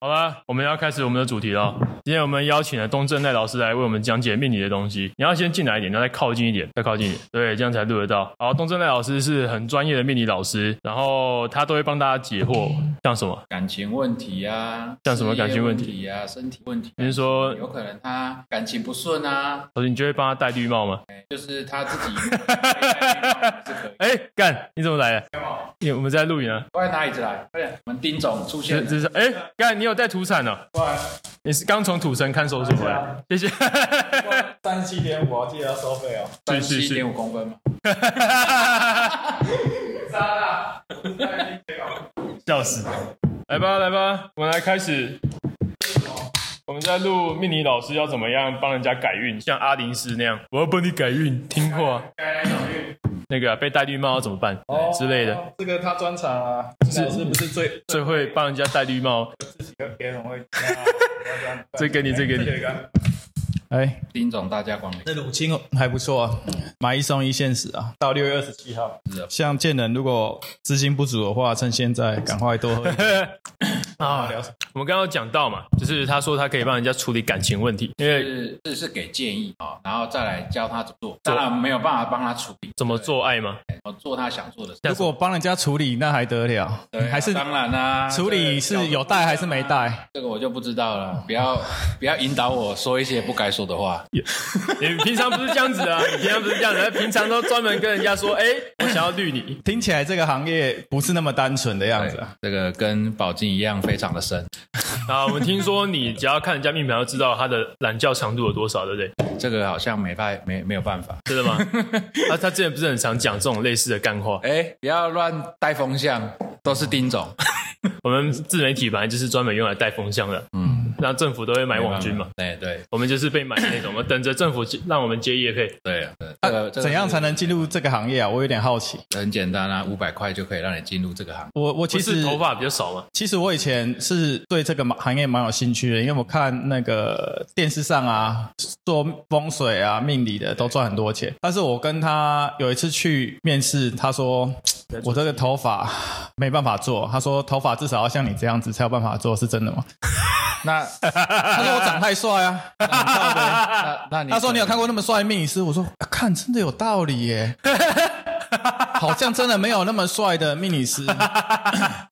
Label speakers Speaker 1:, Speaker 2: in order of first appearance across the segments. Speaker 1: 好啦，我们要开始我们的主题了。今天我们邀请了东正赖老师来为我们讲解命理的东西。你要先进来一点，然后再靠近一点，再靠近一点，对，这样才录得到。好，东正赖老师是很专业的命理老师，然后他都会帮大家解惑，像什么？
Speaker 2: 感情问题啊，
Speaker 1: 像什么
Speaker 2: 事业
Speaker 1: 感情问
Speaker 2: 问
Speaker 1: 题
Speaker 2: 啊，身体问题、
Speaker 1: 你是说
Speaker 2: 有可能他感情不顺啊，哎
Speaker 1: 老师，你就会帮他戴绿帽吗？
Speaker 2: 就是他自己是可以。
Speaker 1: 哎，干，你怎么来的？你我们在录影啊。
Speaker 2: 快拿椅子来，快点！我们丁总出
Speaker 1: 这
Speaker 2: 现了，
Speaker 1: 这是哎，干，你有带土产呢、哦？
Speaker 3: 不然
Speaker 1: 你是刚从土城看守所回来？谢谢。
Speaker 3: 三七点五，我记得要收费哦。
Speaker 1: 是
Speaker 2: 三
Speaker 1: 是
Speaker 2: 七
Speaker 1: 是
Speaker 2: 点五公分嘛。
Speaker 1: 笑死！来吧，来吧，我们来开始。我们在录命理老师要怎么样帮人家改运，像阿林师那样，我要帮你改运，听话。哦那个啊、被戴绿帽要怎么办、之类的，，
Speaker 3: 哦这个他专场啊，
Speaker 1: 是
Speaker 3: 老师不是最
Speaker 1: 最会帮人家戴绿 帽。
Speaker 3: 别人会。
Speaker 1: 这给你这给你
Speaker 3: 个。哎，
Speaker 2: 丁总，大家光临。
Speaker 3: 这乳清还不错啊，买一送一限时啊，到六月二十七号
Speaker 2: 是啊。
Speaker 3: 像贱人如果资金不足的话，趁现在赶快多喝一点。
Speaker 1: 啊
Speaker 3: 聊什么
Speaker 1: 我们刚刚有讲到嘛，就是他说他可以帮人家处理感情问题，因为
Speaker 2: 是是是给建议啊、哦，然后再来教他怎么做，当然没有办法帮他处理，
Speaker 1: 怎么做爱嘛。
Speaker 2: 哦，做他想做的事。
Speaker 3: 如果帮人家处理，那还得了？
Speaker 2: 对啊
Speaker 3: 还是
Speaker 2: 当然啦、
Speaker 3: 处理
Speaker 2: 这个
Speaker 3: 是有带还是没带？
Speaker 2: 啊这个我就不知道了，不要不要引导我说一些不该说的话。
Speaker 1: 你平常不是这样子 啊，你平常不是这样子，平常都专门跟人家说，哎、我想要绿你。
Speaker 3: 听起来这个行业不是那么单纯的样
Speaker 2: 对
Speaker 3: 子啊。
Speaker 2: 这个跟宝金一样，非常的深。
Speaker 1: 啊，我们听说你只要看人家命盘，就知道他的懒觉长度有多少，对不对？
Speaker 2: 这个好像没办没没有办法。
Speaker 1: 真的吗？他他之前不是很常讲这种类似的干话。
Speaker 2: 哎，不要乱带风向，都是丁总。
Speaker 1: 我们自媒体本来就是专门用来带风向的，
Speaker 2: 嗯，
Speaker 1: 那政府都会买网军嘛，
Speaker 2: 对哎对
Speaker 1: 我们就是被买的那种，我们等着政府让我们接业配。
Speaker 2: 对对，这
Speaker 3: 啊
Speaker 2: 个
Speaker 3: 怎样才能进入这个行业啊？我有点好奇。
Speaker 2: 很简单啊？五百块就可以让你进入这个行业。
Speaker 3: 我我
Speaker 1: 不
Speaker 3: 其
Speaker 1: 是
Speaker 3: 实
Speaker 1: 头发比较少嘛，
Speaker 3: 其实我以前是对这个蛮行业蛮有兴趣的，因为我看那个电视上啊，做风水啊、命理的都赚很多钱。但是我跟他有一次去面试，他说
Speaker 1: 在做
Speaker 3: 我这个头发没办法做，他说头发至少要像你这样子才有办法做，是真的吗？
Speaker 2: 那
Speaker 3: 他说我长太 帅啊，
Speaker 2: 那那你
Speaker 3: 他说你有看过那么帅的命理师？我说、啊看真的有道理 耶，好像真的没有那么帅的命 理师，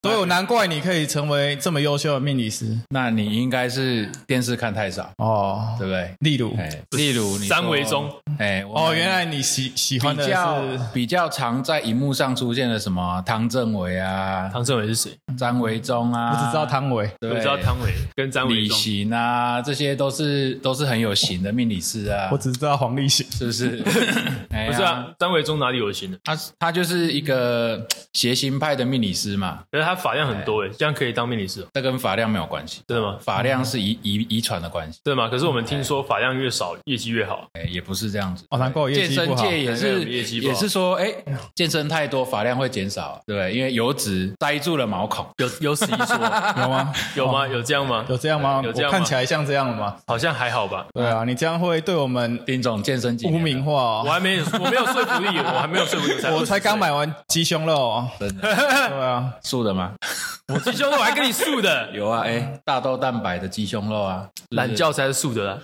Speaker 3: 所以我难怪你可以成为这么优秀的命理师
Speaker 2: 那你应该是电视看太少，
Speaker 3: 哦。
Speaker 2: 对不对？
Speaker 3: 例如，
Speaker 2: 哎，例如你说
Speaker 1: 三维中，
Speaker 2: 哎，我们
Speaker 3: 哦，原来你喜喜欢
Speaker 2: 比
Speaker 3: 的
Speaker 2: 较
Speaker 3: 是
Speaker 2: 比较常在荧幕上出现的什么唐政委啊、
Speaker 1: 唐政伟是谁？
Speaker 2: 张维忠啊，
Speaker 3: 我只知道汤唯，
Speaker 2: 对，
Speaker 1: 我知道汤伟跟张伟
Speaker 2: 李
Speaker 1: 忠。
Speaker 2: 行啊，这些都是都是很有型的命理师啊
Speaker 3: 我，只知道黄立行。
Speaker 2: 是 不是？不
Speaker 1: 不是，啊，张伟忠哪里有型的？
Speaker 2: 他他就是一个谐星派的命理师嘛，
Speaker 1: 可是他发量很多哎诶，这样可以当命理师哦，
Speaker 2: 这跟法量没有关系，
Speaker 1: 真的吗？
Speaker 2: 法量是
Speaker 3: 哦
Speaker 2: 遗遗遗传的关系，
Speaker 1: 真的吗？可是我们听说发量越少，业绩越好。
Speaker 2: 哎，也不是这样子。
Speaker 3: 哦，难怪我业
Speaker 2: 健
Speaker 3: 绩
Speaker 2: 身
Speaker 3: 不好。
Speaker 2: 界也
Speaker 1: 对
Speaker 2: 是
Speaker 1: 哎业绩不好
Speaker 2: 也是说，哎，健身太多，发量会减少，啊对不对？因为油脂塞住了毛孔，
Speaker 1: 有有此一说，
Speaker 3: 有吗？
Speaker 1: 有吗？有这样吗？
Speaker 3: 有这样吗？
Speaker 1: 有这样
Speaker 3: 我
Speaker 1: 吗
Speaker 3: 看起来像这样吗？
Speaker 1: 好像还好吧。
Speaker 3: 对啊，你这样会对我们
Speaker 2: 丁总健身几
Speaker 3: 污
Speaker 2: 年了
Speaker 3: 名化
Speaker 1: 我
Speaker 3: 哦。
Speaker 1: 还没有，我没有说服力，我还没有说服力，我才
Speaker 2: 啊
Speaker 3: 我才刚买完鸡胸肉哦。
Speaker 2: 真的
Speaker 3: 对啊，
Speaker 2: 素的吗？
Speaker 1: 我鸡胸肉，我还跟你素的，
Speaker 2: 有啊，哎，大豆蛋白的鸡胸肉啊，是不是
Speaker 1: 懒觉才是素的啦。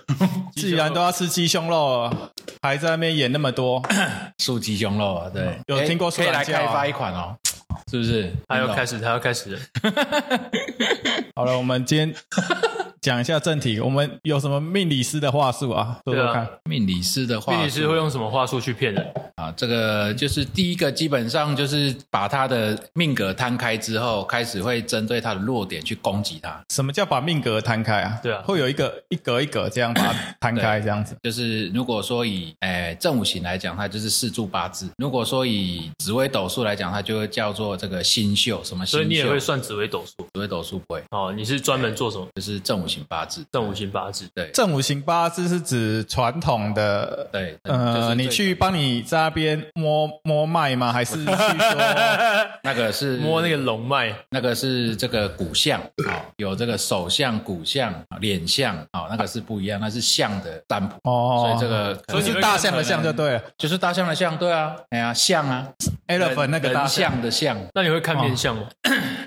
Speaker 3: 既然都要吃鸡胸肉了，还在那边演那么多，
Speaker 2: 素鸡胸肉啊，对，
Speaker 3: 有
Speaker 2: 哎
Speaker 3: 听过素
Speaker 2: 可以来
Speaker 3: 懒觉啊
Speaker 2: 开发一款哦，是不是？
Speaker 1: 他要
Speaker 2: 丁总
Speaker 1: 开始，他要开始了，
Speaker 3: 好了，我们今天讲一下正题，我们有什么命理师的话术啊？说
Speaker 1: 对
Speaker 3: 说
Speaker 1: 啊
Speaker 3: 看，。
Speaker 2: 命理师的话，
Speaker 1: 命理师会用什么话术去骗人？
Speaker 2: 啊，这个就是第一个，基本上就是把他的命格摊开之后，开始会针对他的弱点去攻击他，
Speaker 3: 什么叫把命格摊开啊？
Speaker 1: 对啊
Speaker 3: 会有一个一格一格这样把它摊开，这 样子。
Speaker 2: 就是如果说以诶正五行来讲，它就是四柱八字；如果说以紫微斗数来讲，它就会叫做这个星宿，什么星
Speaker 1: 所以你也
Speaker 2: 宿？
Speaker 1: 会算紫微斗数
Speaker 2: 紫微斗数不会，
Speaker 1: 哦？你是专门做什 么？
Speaker 2: 就是正五行八字。
Speaker 1: 正五行八字。
Speaker 2: 对
Speaker 3: 正五行八字是指传统的，
Speaker 2: 对，就是
Speaker 3: 呃，
Speaker 2: 最
Speaker 3: 你去帮你在那边摸摸脉吗？还 是去说
Speaker 2: 那个是
Speaker 1: 摸那个龙脉，
Speaker 2: 那个是这个骨相，哦，有这个手相、骨相、啊脸相，哦，那个是不一样，那是相的占卜。
Speaker 3: 哦？
Speaker 2: 所以这个可
Speaker 1: 所
Speaker 2: 能
Speaker 1: 以你
Speaker 3: 是
Speaker 1: 会
Speaker 3: 大象的象就对了
Speaker 2: 就是大象的象，对啊，哎呀，象啊
Speaker 3: ，elephant 那个大
Speaker 2: 人
Speaker 3: 象。
Speaker 2: 象的象，
Speaker 1: 那你会看面相吗？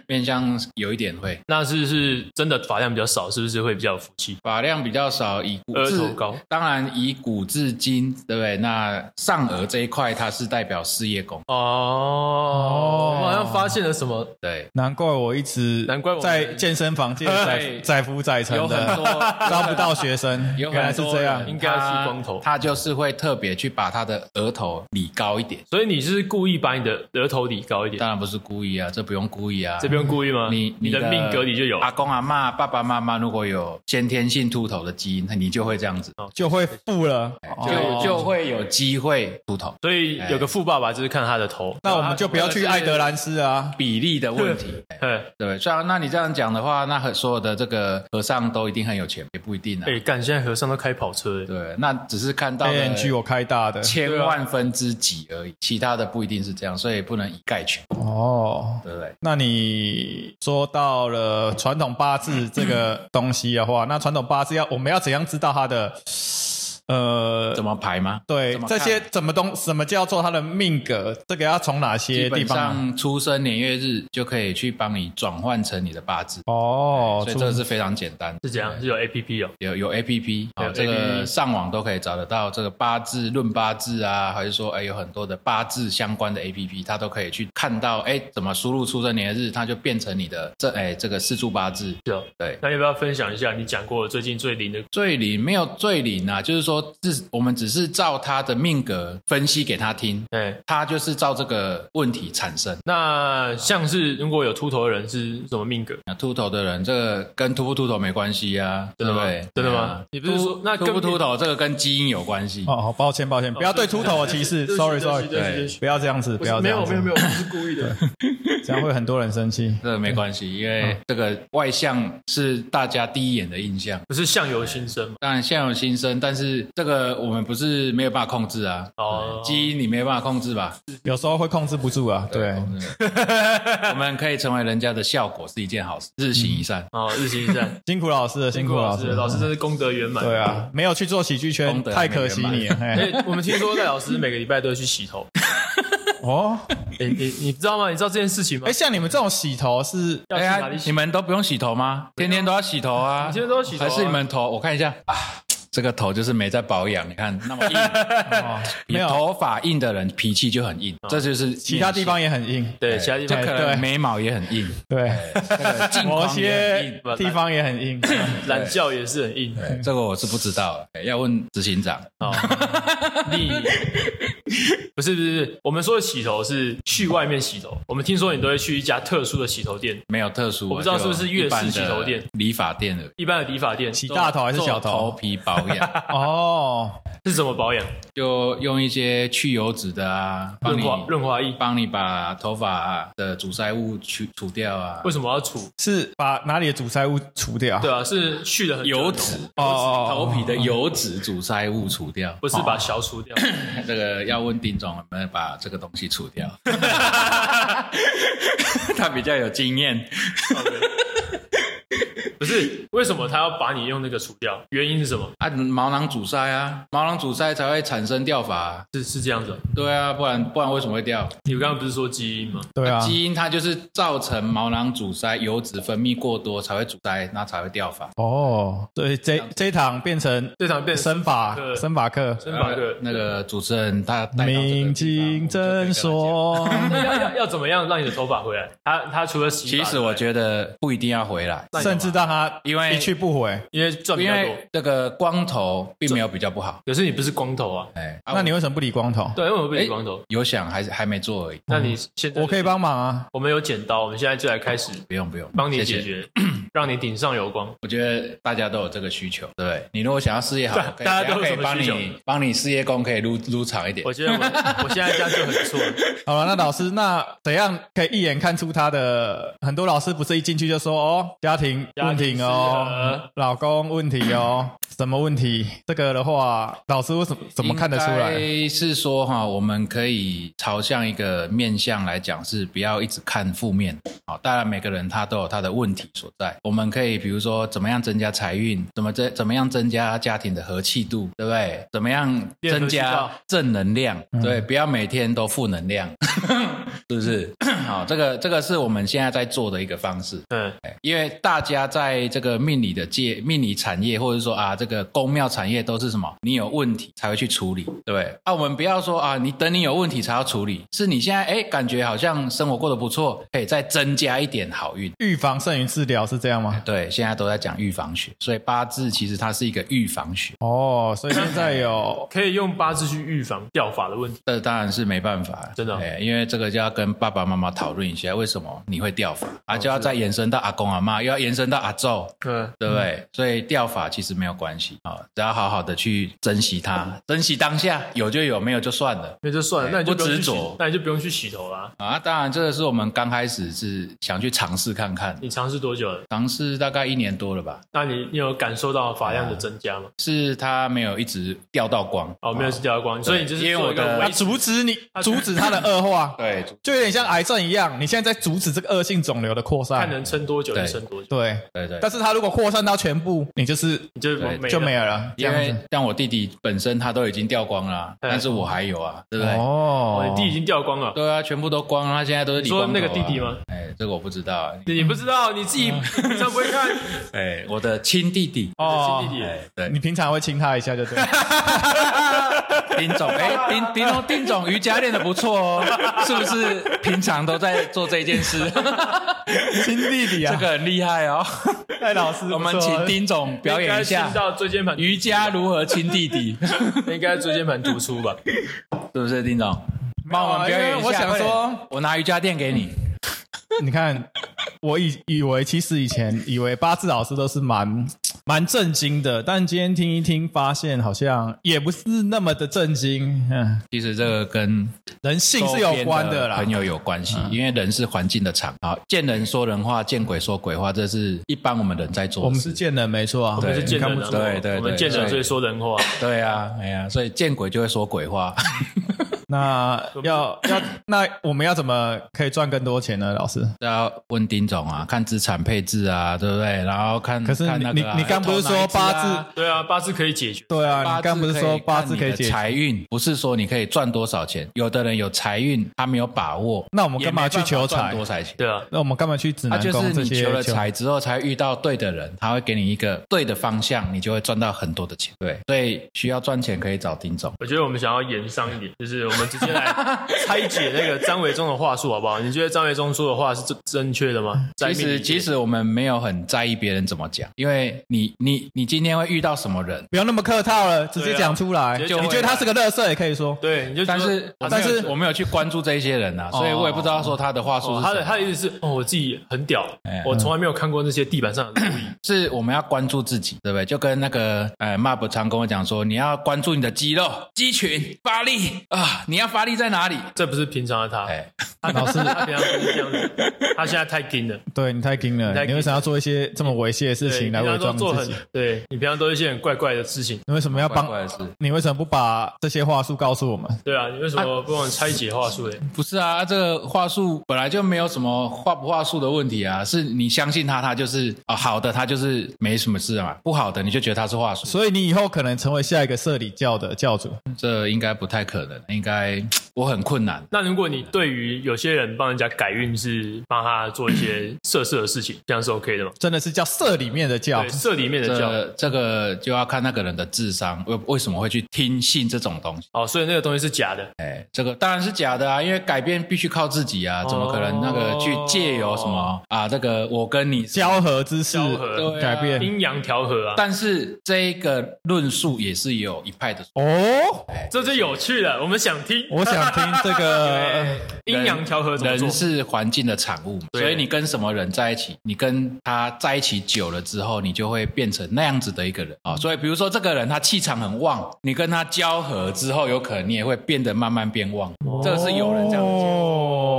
Speaker 2: 面相有一点会，
Speaker 1: 那是是真的发量比较少，是不是会比较有福气？
Speaker 2: 发量比较少，以骨
Speaker 1: 额
Speaker 2: 至
Speaker 1: 头高
Speaker 2: 当然以骨至今，对不对？那上颚这一块它是代表事业宫，
Speaker 1: 哦，
Speaker 3: 哦
Speaker 1: 我好像发现了什么，
Speaker 2: 对，
Speaker 3: 难怪我一直
Speaker 1: 难怪我们
Speaker 3: 在健身房 界载
Speaker 2: 对
Speaker 3: 载浮载沉
Speaker 2: 有很
Speaker 3: 的，
Speaker 2: 多
Speaker 3: 招不到学生，
Speaker 2: 有
Speaker 3: 原
Speaker 2: 很多
Speaker 3: 来是这样
Speaker 2: 人
Speaker 1: 应该是光头
Speaker 2: 他他就是会特别去把他的额头理高一点。
Speaker 1: 所以你是故意把你的额头理高一点，
Speaker 2: 当然不是故意啊，这不用故意啊。
Speaker 1: 这不用故意吗？
Speaker 2: 你啊
Speaker 1: 你的命格里就有
Speaker 2: 阿公阿妈、爸爸妈妈如果有先天性秃头的基因，那你就会这样子，哦
Speaker 3: 就会富了。
Speaker 2: 就就会有机会秃头。
Speaker 1: 所以有个富爸爸就是看他的头，
Speaker 3: 那我们就不要去爱德兰斯啊，
Speaker 2: 比例的问题，哎
Speaker 1: 哎
Speaker 2: 对，虽然那你这样讲的话，那和所有的这个和尚都一定很有钱，也不一定啊。
Speaker 1: 哎，干，现在和尚都开跑车了，
Speaker 2: 对，那只是看到
Speaker 3: A
Speaker 2: 了
Speaker 3: N G 我开大的
Speaker 2: 千万分之几而已，其他的不一定是这样，所以不能一概全，
Speaker 3: 哦。
Speaker 2: 对不对？
Speaker 3: 那你说到了传统八字这个东西的话，那传统八字要我们要怎样知道它的呃
Speaker 2: 怎么排吗？
Speaker 3: 对
Speaker 2: 怎么
Speaker 3: 这
Speaker 2: 看
Speaker 3: 些怎么东什么叫做它的命格？这个要从哪些
Speaker 2: 基
Speaker 3: 地
Speaker 2: 本
Speaker 3: 方？啊
Speaker 2: 上出生年月日就可以去帮你转换成你的八字，
Speaker 3: 哦，
Speaker 2: 所以
Speaker 3: 出
Speaker 2: 这个是非常简单。
Speaker 1: 是怎样？是有 A P P 哦，
Speaker 2: 有有 A P P，
Speaker 1: 有
Speaker 2: 好，这
Speaker 1: APP
Speaker 2: 个上网都可以找得到这个八字论八字啊，还是说哎有很多的八字相关的 A P P，它都可以去看到哎怎么输入出生年日，它就变成你的这哎这个四柱八字。
Speaker 1: 是哦。
Speaker 2: 对，
Speaker 1: 那要不要分享一下你讲过最近最灵的？
Speaker 2: 最灵没有最灵啊，就是说自我们只是照他的命格分析给他听，
Speaker 1: 哎，
Speaker 2: 他就是照这个问题产生。
Speaker 1: 那像是如果有秃头的人是什么命格？
Speaker 2: 那秃头的人，这个跟秃不秃头没关系啊，
Speaker 1: 真
Speaker 2: 对
Speaker 1: 的
Speaker 2: 不
Speaker 1: 吗
Speaker 2: 对？
Speaker 1: 哦真的吗
Speaker 2: 对啊
Speaker 1: 你不是说
Speaker 2: 秃
Speaker 1: 那
Speaker 2: 秃
Speaker 1: 跟
Speaker 2: 不秃头这个跟基因有关系？
Speaker 3: 哦，抱歉抱歉，不要对秃头有歧视
Speaker 1: 对不起
Speaker 3: ，sorry
Speaker 1: 对不起
Speaker 3: sorry，
Speaker 1: 对不起对不起
Speaker 3: 不要这样子，不要这样子，
Speaker 1: 有，我不是故意的。
Speaker 3: 这样会很多人生气。
Speaker 2: 这个没关系，因为这个外向是大家第一眼的印象。
Speaker 1: 不是相由心生嘛？
Speaker 2: 当然，现有新生，但是这个我们不是没有办法控制啊。
Speaker 1: 哦
Speaker 2: 对基因你没办法控制吧？
Speaker 3: 有时候会控制不住啊，对，
Speaker 2: 控制我们可以成为人家的效果是一件好事，日行一善。
Speaker 1: 哦，日行一善，
Speaker 3: 辛苦老师了， 辛苦老师，
Speaker 1: 老师真是功德圆满。
Speaker 3: 对啊，没有去做喜剧圈
Speaker 2: 功，德
Speaker 3: 太可惜你了。
Speaker 1: 哎、
Speaker 3: 嘿
Speaker 1: 我们听说赖老师每个礼拜都会去洗头，
Speaker 3: 哦，
Speaker 1: 哎你你知道吗？你知道这件事情吗？
Speaker 3: 哎，像你们这种洗头是
Speaker 1: 要去
Speaker 2: 哎呀
Speaker 1: 哪里洗
Speaker 2: 你？们都不用洗头吗？天天都要洗头啊？
Speaker 1: 天天都要洗头啊
Speaker 2: 还是你们头？我看一下啊，这个头就是没在保养，你看 那么硬，
Speaker 1: 哎
Speaker 3: 哦没
Speaker 2: 有
Speaker 3: 有，
Speaker 2: 头发硬的人脾气就很硬，这就是
Speaker 3: 其他地方也很硬，
Speaker 1: 对，其他地
Speaker 2: 就
Speaker 1: 方
Speaker 2: 可
Speaker 1: 可
Speaker 3: 对
Speaker 2: 能眉毛也很硬，
Speaker 3: 对，
Speaker 2: 这个镜
Speaker 3: 某
Speaker 2: 框也很
Speaker 3: 些
Speaker 2: 硬。
Speaker 1: 不
Speaker 3: 地方也很硬。
Speaker 1: 懒觉也是很硬。
Speaker 2: 这个我是不知道了，要问执行长。
Speaker 1: 哦，你不是不是不是，我们说的洗头是去外面洗头。我们听说你都会去一家特殊的洗头店，
Speaker 2: 没有特殊，
Speaker 1: 我不知道是不是粤式洗头店哦
Speaker 2: 就一般的理发店的
Speaker 1: 一般的理发店
Speaker 3: 洗大头还是小
Speaker 2: 头
Speaker 3: 头？
Speaker 2: 皮保养，
Speaker 3: 哦，
Speaker 1: 是怎么保养？
Speaker 2: 就用一些去油脂的啊，帮
Speaker 1: 润
Speaker 2: 你
Speaker 1: 滑润滑液。
Speaker 2: 帮你把头发的阻塞物去除掉啊
Speaker 1: 为，什么要除？
Speaker 3: 是把哪里的阻塞物除掉？
Speaker 1: 对啊，是去了很久
Speaker 2: 油脂
Speaker 3: 哦
Speaker 2: 头
Speaker 3: 哦，
Speaker 2: 皮的油脂阻塞物除掉。
Speaker 1: 不是把小除掉。
Speaker 2: 这个要问丁总能不能把这个东西除 掉，他比较有经验。
Speaker 1: 不是，为什么他要把你用那个除掉？原因是什么？
Speaker 2: 啊，毛囊阻塞啊，毛囊阻塞才会产生掉发、啊。
Speaker 1: 是是这样子哦、
Speaker 2: 对啊，不然不然为什么会掉？
Speaker 1: 你刚刚不是说基因吗？
Speaker 3: 对啊，
Speaker 2: 基因它就是造成毛囊阻塞，油脂分泌过多才会阻塞，那才会掉发。
Speaker 3: 哦，对，这这一堂变成
Speaker 1: 这场变
Speaker 3: 身法
Speaker 1: 课
Speaker 3: 身法课，
Speaker 1: 真把个
Speaker 2: 那个主持人他带到这个地方
Speaker 3: 明镜真，说。
Speaker 1: 要要要怎么样让你的头发回来？他他除了洗
Speaker 2: 呃其
Speaker 1: 发，
Speaker 2: 实我觉得不一定要回来，
Speaker 1: 那你干
Speaker 3: 甚
Speaker 1: 嘛
Speaker 3: 至让他
Speaker 2: 因为
Speaker 3: 一去不回。
Speaker 1: 因为赚比
Speaker 2: 因
Speaker 1: 较多
Speaker 2: 为，这个光头并没有比较不好。
Speaker 1: 可是你不是光头啊？
Speaker 2: 哎，啊
Speaker 3: 那你为什么不理光头？
Speaker 1: 对，啊为什么不理光头？
Speaker 2: 有想还是还没做而已，
Speaker 1: 那你现在
Speaker 3: 我可以，帮忙啊。
Speaker 1: 我们有剪刀，我们现在就来开始
Speaker 2: 不用不用，
Speaker 1: 帮你
Speaker 2: 谢
Speaker 1: 解
Speaker 2: 谢。
Speaker 1: 决， 让你顶上有光。
Speaker 2: 我觉得大家都有这个需求，对不对？你如果想要事业好，
Speaker 1: 大
Speaker 2: 可以
Speaker 1: 大家都有
Speaker 2: 可以
Speaker 1: 什么
Speaker 2: 帮
Speaker 1: 需求
Speaker 2: 你帮你事业工可以撸撸长一点
Speaker 1: 我。觉得我我现在这样就很不错了。
Speaker 3: 好了，那老师，那怎样可以一眼看出他的？很多老师不是一进去就说哦，家庭
Speaker 1: 家
Speaker 3: 问
Speaker 1: 庭啊适合
Speaker 3: 题哦，老公问题哦，什么问题？这个的话，老师为什么怎么看得出来？
Speaker 2: 应该是说哈，我们可以朝向一个面向来讲，是不要一直看负面。好，当然每个人他都有他的问题所在。我们可以比如说怎么样增加财运，怎么增怎么样增加家庭的和气度，对不对？怎么样
Speaker 1: 练
Speaker 2: 增
Speaker 1: 和气
Speaker 2: 加
Speaker 1: 道
Speaker 2: 正能量？对，不要每天都负能量， 是不是？ 好，这个这个是我们现在在做的一个方式。
Speaker 1: 嗯，
Speaker 2: 因为大家在这个命理的界、命理产业，或者说啊，这个公庙产业都是什么？你有问题才会去处理，对不对？啊，我们不要说啊，你等你有问题才要处理，是你现在哎，感觉好像生活过得不错，可以再增加一点好运。
Speaker 3: 预防胜于治疗是这样吗？
Speaker 2: 对，现在都在讲预防学，所以八字其实它是一个预防学，
Speaker 3: 哦，所以现在 有
Speaker 1: 可以用八字去预防掉发的问题。
Speaker 2: 这当然是没办法，
Speaker 1: 真的哦
Speaker 2: 哎因为这个就要跟爸爸妈妈讨论一下，为什么你会掉发啊？就要
Speaker 1: 哦
Speaker 2: 再延伸到阿公阿妈，又要延伸到阿昼，
Speaker 1: 嗯，
Speaker 2: 对不对？所以掉法其实没有关系啊、只要好好的去珍惜它，珍惜当下，有就有，没有就算了。
Speaker 1: 那就算了，
Speaker 2: 哎
Speaker 1: 那你就
Speaker 2: 不
Speaker 1: 用去
Speaker 2: 执着
Speaker 1: 洗那你就不用去洗头啦。
Speaker 2: 啊，当然，这个是我们刚开始是想去尝试看看，
Speaker 1: 你尝试多久了？
Speaker 2: 尝试大概一年多了吧。
Speaker 1: 那你你有感受到发量的增加吗？
Speaker 2: 是它没有一直掉到光，啊
Speaker 1: 哦，没有是掉光，所以你就是
Speaker 2: 因为
Speaker 1: 做
Speaker 2: 我
Speaker 1: 一个
Speaker 2: 的
Speaker 1: 维
Speaker 3: 啊，
Speaker 1: 持
Speaker 3: 阻止你阻止它的恶化，
Speaker 2: 对
Speaker 3: 就有点像癌症一样，你现在在阻止这个恶性肿瘤的扩
Speaker 1: 看
Speaker 3: 散。
Speaker 1: 能撑多久就
Speaker 2: 对
Speaker 1: 撑多久，
Speaker 3: 啊对，
Speaker 2: 对对。
Speaker 3: 但是它如果扩散到全部，你就是
Speaker 1: 你就
Speaker 2: 对
Speaker 1: 没
Speaker 3: 就
Speaker 1: 了
Speaker 3: 没有了，这
Speaker 2: 因
Speaker 3: 样
Speaker 2: 为
Speaker 3: 子。
Speaker 2: 像我弟弟本身他都已经掉光了啊、
Speaker 1: 对
Speaker 2: 但是我还有啊，对不对？
Speaker 1: 哦
Speaker 3: 哦，
Speaker 1: 你弟已经掉光了。
Speaker 2: 对啊，全部都光了，他现在都是理光头啊、
Speaker 1: 你说那个弟弟吗
Speaker 2: 哎，这个我不知道啊。
Speaker 1: 你不知道，你自己平常不会看，
Speaker 2: 哎，我的亲弟弟，
Speaker 3: 哦
Speaker 1: 亲弟弟，
Speaker 2: 哎，对，
Speaker 3: 你平常会亲他一下就 对了。
Speaker 2: 丁总，哎，丁丁总，丁总瑜伽练得不错哦，是不是？平常都在做这件事，
Speaker 3: 亲弟弟啊，
Speaker 2: 这个很厉害哦。
Speaker 3: 戴哎老师不错，
Speaker 2: 我们请丁总表演一
Speaker 1: 应该
Speaker 2: 下
Speaker 1: 听到椎间盘
Speaker 2: 瑜伽如何亲弟 弟，
Speaker 1: 应该椎间盘突出 吧？
Speaker 2: 是不是？丁总，帮我们表演一
Speaker 3: 啊因
Speaker 2: 下。
Speaker 3: 为我想
Speaker 2: 快点
Speaker 3: 说，，
Speaker 2: 我拿瑜伽垫给你。
Speaker 3: 你看，我以以为其实以前以为八字老师都是蛮蛮震惊的，但今天听一听，发现好像也不是那么的震惊。 嗯，
Speaker 2: 其实这个跟
Speaker 3: 人性是有关
Speaker 2: 的
Speaker 3: 啦嗯
Speaker 2: 朋。友有关系，因为人是环境的场啊，见人说人话，见鬼说鬼话，这是一般我们人在做的事。
Speaker 3: 我们是贱人，没错啊，
Speaker 1: 我们是
Speaker 3: 对
Speaker 1: 见
Speaker 3: 你看
Speaker 1: 人
Speaker 3: 不
Speaker 1: 啊，
Speaker 3: 出
Speaker 2: 对对
Speaker 1: 我们
Speaker 2: 对
Speaker 1: 见人
Speaker 2: 对
Speaker 1: 所以说人话。
Speaker 2: 对啊，哎呀，所以见鬼就会说鬼话。
Speaker 3: 那要要那我们要怎么可以赚更多钱呢？老师，
Speaker 2: 要问丁总啊，看资产配置啊，对不对？然后看，
Speaker 3: 可是
Speaker 2: 看那
Speaker 3: 你
Speaker 2: 个啊
Speaker 3: 你你刚不是说八
Speaker 2: 要投
Speaker 3: 字
Speaker 2: 哪一支啊
Speaker 1: 对啊，八字可以解决。
Speaker 3: 对啊，
Speaker 2: 八
Speaker 3: 你
Speaker 2: 字
Speaker 3: 刚不是说八字可
Speaker 2: 看你
Speaker 3: 以
Speaker 2: 的
Speaker 3: 解决？
Speaker 2: 财运，不是说你可以赚多少钱。有的人有财运，他没有把握，
Speaker 3: 那我们干嘛去
Speaker 2: 也
Speaker 3: 求
Speaker 2: 没办法赚
Speaker 3: 财
Speaker 2: 多？少钱？
Speaker 1: 对啊，
Speaker 3: 那我们干嘛去指
Speaker 2: 他
Speaker 3: 南
Speaker 2: 就
Speaker 3: 宫
Speaker 2: 是
Speaker 3: 这
Speaker 2: 你
Speaker 3: 些
Speaker 2: 求了
Speaker 3: 求
Speaker 2: 财之后，才遇到对的人，他会给你一个对的方向，你就会赚到很多的钱。对，所以需要赚钱可以找丁总。
Speaker 1: 我觉得我们想要延上一点，就是我们直接 来拆解那个张维忠的话术，好不好？你觉得张维忠说的话是正正确的吗？在
Speaker 2: 其
Speaker 1: 命理
Speaker 2: 实
Speaker 1: 界
Speaker 2: 其实我们没有很在意别人怎么讲，因为你你你今天会遇到什么人，
Speaker 3: 不要那么客套了，啊直接讲出来。
Speaker 1: 直
Speaker 3: 你
Speaker 1: 接讲
Speaker 3: 觉得他是个乐色也可以说，
Speaker 1: 对，你就哦
Speaker 2: 但是
Speaker 1: 说
Speaker 2: 但
Speaker 3: 没
Speaker 2: 是
Speaker 3: 有
Speaker 2: 我没有去关注这一些人啊，所以我也不知道说他的话术
Speaker 1: 哦
Speaker 2: 是
Speaker 1: 他
Speaker 2: 什
Speaker 1: 的
Speaker 2: 么。
Speaker 1: 他的意思是，哦，我自己很屌
Speaker 2: 哎，
Speaker 1: 我从来没有看过那些地板 上的注意。
Speaker 2: 是我们要关注自己，对不对？就跟那个呃 m a p 常跟我讲说，你要关注你的肌肉、肌群、发力啊，你要发力在哪里？
Speaker 1: 这不是平常的他，
Speaker 2: 哎，
Speaker 1: 他老师他平常不是这样子，他现在太硬了。
Speaker 3: 对你太硬
Speaker 1: 太
Speaker 3: 了，
Speaker 1: 硬
Speaker 3: 你为什么要做一些这么猥亵的事
Speaker 1: 对，
Speaker 3: 情
Speaker 1: 你
Speaker 3: 来
Speaker 1: 平
Speaker 3: 伪
Speaker 1: 常都
Speaker 3: 装你
Speaker 1: 做
Speaker 3: 自
Speaker 1: 很
Speaker 3: 己？，
Speaker 1: 对你平常都一些很怪怪的事情，
Speaker 3: 你为什么要
Speaker 2: 怪
Speaker 3: 帮？
Speaker 2: 怪的是，
Speaker 3: 你为什么不把这些话术告诉我们？
Speaker 1: 对啊，你为什么不能拆解话术嘞？
Speaker 2: 不是啊？这个话术本来就没有什么话不话术的问题啊，是你相信他，他就是啊、好的，他就是没什么事嘛；不好的，你就觉得他是话术，
Speaker 3: 所以你以后可能成为下一个社里教的教主。
Speaker 2: 这应该不太可能，应该我很困难。
Speaker 1: 那如果你对于有些人帮人家改运是帮他做一些色色的事情，这样是 OK 的吗？
Speaker 3: 真的是叫社里面的教
Speaker 1: 对，，色里面的教
Speaker 2: 这这个就要看那个人的智商，为为什么会去听信这种东西？
Speaker 1: 哦，所以那个东西是假的，
Speaker 2: 哎，这个当然是假的啊，因为改变必须靠自己
Speaker 1: 哦
Speaker 2: 啊，怎么可能那个去借由什么啊？这个我跟你是
Speaker 3: 交合之势
Speaker 1: 交合
Speaker 2: 对啊
Speaker 3: 改变
Speaker 1: 阴阳调和啊，
Speaker 2: 但是这个论述也是有一派的说
Speaker 3: 哦。
Speaker 1: 这就有趣了。我们想听，
Speaker 3: 我想听这个
Speaker 1: 对阴阳调和怎么做
Speaker 2: 呃人？是环境的产物嘛，
Speaker 1: 对
Speaker 2: 所以你跟什么人在一起，你跟他在一起久了之后，你就会变成那样子的一个人啊、所以比如说这个人他气场很旺，你跟他交合之后，有可能你也会变得慢慢变旺，
Speaker 1: 哦
Speaker 2: 这个是有人这样子讲。
Speaker 3: 哦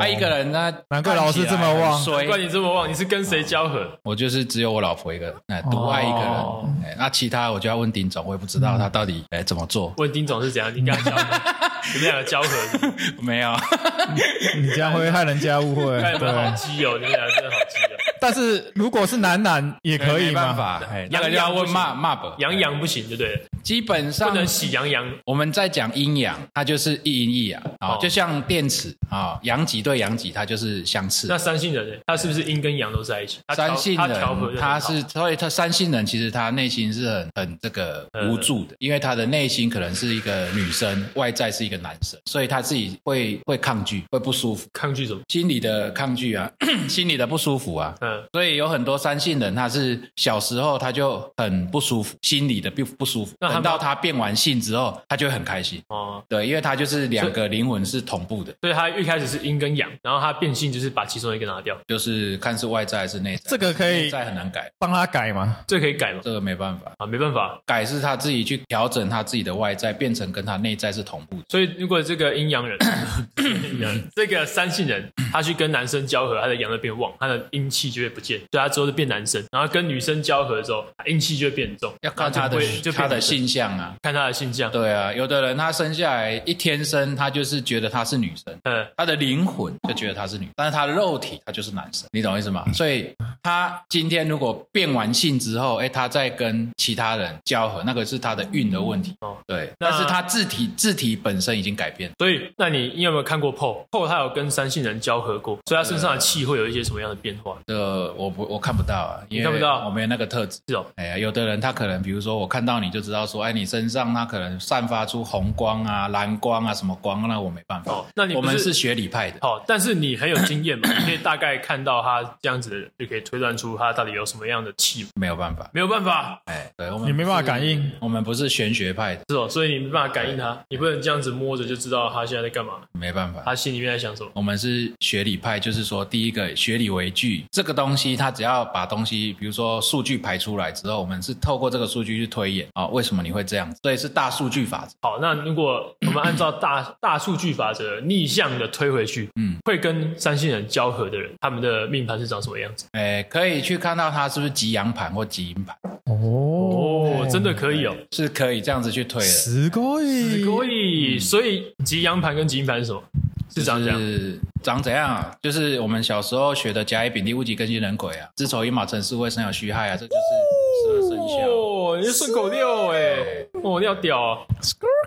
Speaker 2: 他、一个人呢，
Speaker 3: 难怪老师这么旺
Speaker 2: 看起来很
Speaker 1: 怪
Speaker 2: 衰。
Speaker 1: 你这么旺，你是跟谁交合？
Speaker 2: 我就是只有我老婆一个人，哎，独爱一个人、
Speaker 1: 哦
Speaker 2: 哎那其他我就要问丁总，我也不知道
Speaker 3: 嗯
Speaker 2: 他到底哎怎么做，
Speaker 1: 问丁总是怎样？你跟他交 合，你们两个交合，
Speaker 2: 没有。
Speaker 3: 你这样会害人家误会。
Speaker 1: 看你们好
Speaker 3: 对，
Speaker 1: 基友，你们两个真的好基友。
Speaker 3: 但是如果是男男也可以
Speaker 2: 没办
Speaker 3: 吗？
Speaker 2: 法，哎，那
Speaker 1: 洋
Speaker 2: 个就要
Speaker 1: 洋不
Speaker 2: 问
Speaker 1: 行
Speaker 2: 骂骂伯。
Speaker 1: 羊羊不行，就对了，
Speaker 2: 基本
Speaker 1: 不
Speaker 2: 上
Speaker 1: 能喜羊羊。
Speaker 2: 我们在讲阴阳，它就是一阴一阳啊，
Speaker 1: 哦
Speaker 2: 就像电池啊，阳极对阳极，它就是相斥。啊
Speaker 1: 那三性人呢？他是不是阴跟阳都在一起？他调
Speaker 2: 三性
Speaker 1: 他调和
Speaker 2: 人
Speaker 1: 的，
Speaker 2: 他是，所以他三性人其实他内心是很很这个
Speaker 1: 呃
Speaker 2: 无助的，因为他的内心可能是一个女生，外在是一个男生，所以他自己会会抗拒，会不舒服，
Speaker 1: 抗拒什么？
Speaker 2: 心理的抗拒啊， 心理的不舒服啊。
Speaker 1: 嗯，
Speaker 2: 所以有很多三性人，他是小时候他就很不舒服，心理的不不舒服。
Speaker 1: 那他
Speaker 2: 等
Speaker 1: 们
Speaker 2: 到他变完性之后，他就会很开心。
Speaker 1: 哦，
Speaker 2: 对，因为他就是两个灵魂是同步的，
Speaker 1: 所以他一开始是阴跟阳，然后他变性就是把其中一个拿掉，
Speaker 2: 就是看是外在还是内在。
Speaker 3: 这个可以
Speaker 2: 内在很难改，
Speaker 3: 帮他改吗？
Speaker 1: 这可以改吗？
Speaker 2: 这个没办法。
Speaker 1: 啊，没办法。
Speaker 2: 改是他自己去调整他自己的外在，变成跟他内在是同步的。
Speaker 1: 所以如果这个阴阳 人，阴阳人这个三性人，他去跟男生交合，他的阳就变旺，他的阴气就会不见，所以他之后就变男生。然后跟女生交合的时候，他阴气就会变重，
Speaker 2: 要看他的
Speaker 1: 然后就会就
Speaker 2: 他
Speaker 1: 变
Speaker 2: 的
Speaker 1: 女生，
Speaker 2: 性向啊，
Speaker 1: 看他的性向。
Speaker 2: 对啊，有的人他生下来一天生，他就是觉得他是女生，
Speaker 1: 嗯，
Speaker 2: 他的灵魂就觉得他是女，但是他的肉体他就是男生，你懂我意思吗？
Speaker 1: 嗯
Speaker 2: 所以他今天如果变完性之后，哎，他再跟其他人交合，那个是他的运的问题。
Speaker 1: 哦
Speaker 2: 对，
Speaker 1: 那
Speaker 2: 但是他字体字体本身已经改变了。
Speaker 1: 所以那你你有没有看过 Paul？Paul 他有跟三性人交合过，所以他身上的气会有一些什么样的变化？
Speaker 2: 呃，我不我看不到啊，因为
Speaker 1: 看不到
Speaker 2: 我没有那个特质。
Speaker 1: 是哦，
Speaker 2: 哎呀，有的人他可能，比如说我看到你就知道说，哎，你身上他可能散发出红光啊、蓝光啊什么光，那我没办法。
Speaker 1: 哦那你不
Speaker 2: 我
Speaker 1: 是哦
Speaker 2: 们是学理派的，
Speaker 1: 好，但是你很有经验嘛，你可以大概看到他这样子的人，就可以推断出他到底有什么样的气。
Speaker 2: 没有办法。
Speaker 1: 没有办法，
Speaker 2: 哎，对，我们
Speaker 3: 你没办法
Speaker 2: 不是
Speaker 3: 感应，
Speaker 2: 我们不是玄学派的，
Speaker 1: 是哦，所以你没办法感应他，你不能这样子摸着就知道他现在在干嘛，
Speaker 2: 没办法。
Speaker 1: 他心里面在想什么。
Speaker 2: 我们是学理派，就是说，第一个学理为据，这个东西它只要把东西，比如说数据排出来之后，我们是透过这个数据去推演啊、为什么你会这样子？所以是大数据法则。
Speaker 1: 好，那如果我们按照大大数据法则逆向的推回去，
Speaker 2: 嗯，
Speaker 1: 会跟三星人交合的人，他们的命盘是长什么样子？
Speaker 2: 哎，可以去看到它是不是吉阳盘或吉阴盘，
Speaker 3: 哦
Speaker 1: 哦，真的可以哦，
Speaker 2: 是可以这样子去推的。
Speaker 3: すごい，
Speaker 1: 可以。所以吉阳盘跟吉阴盘是什么？是长这样。
Speaker 2: 嗯是长怎样、啊？就是我们小时候学的甲乙丙丁戊己庚辛壬癸啊，子丑寅卯辰巳未申酉戌亥啊，这就是十二生肖。
Speaker 1: 哦，你是顺口溜哎，哦，你好屌哦！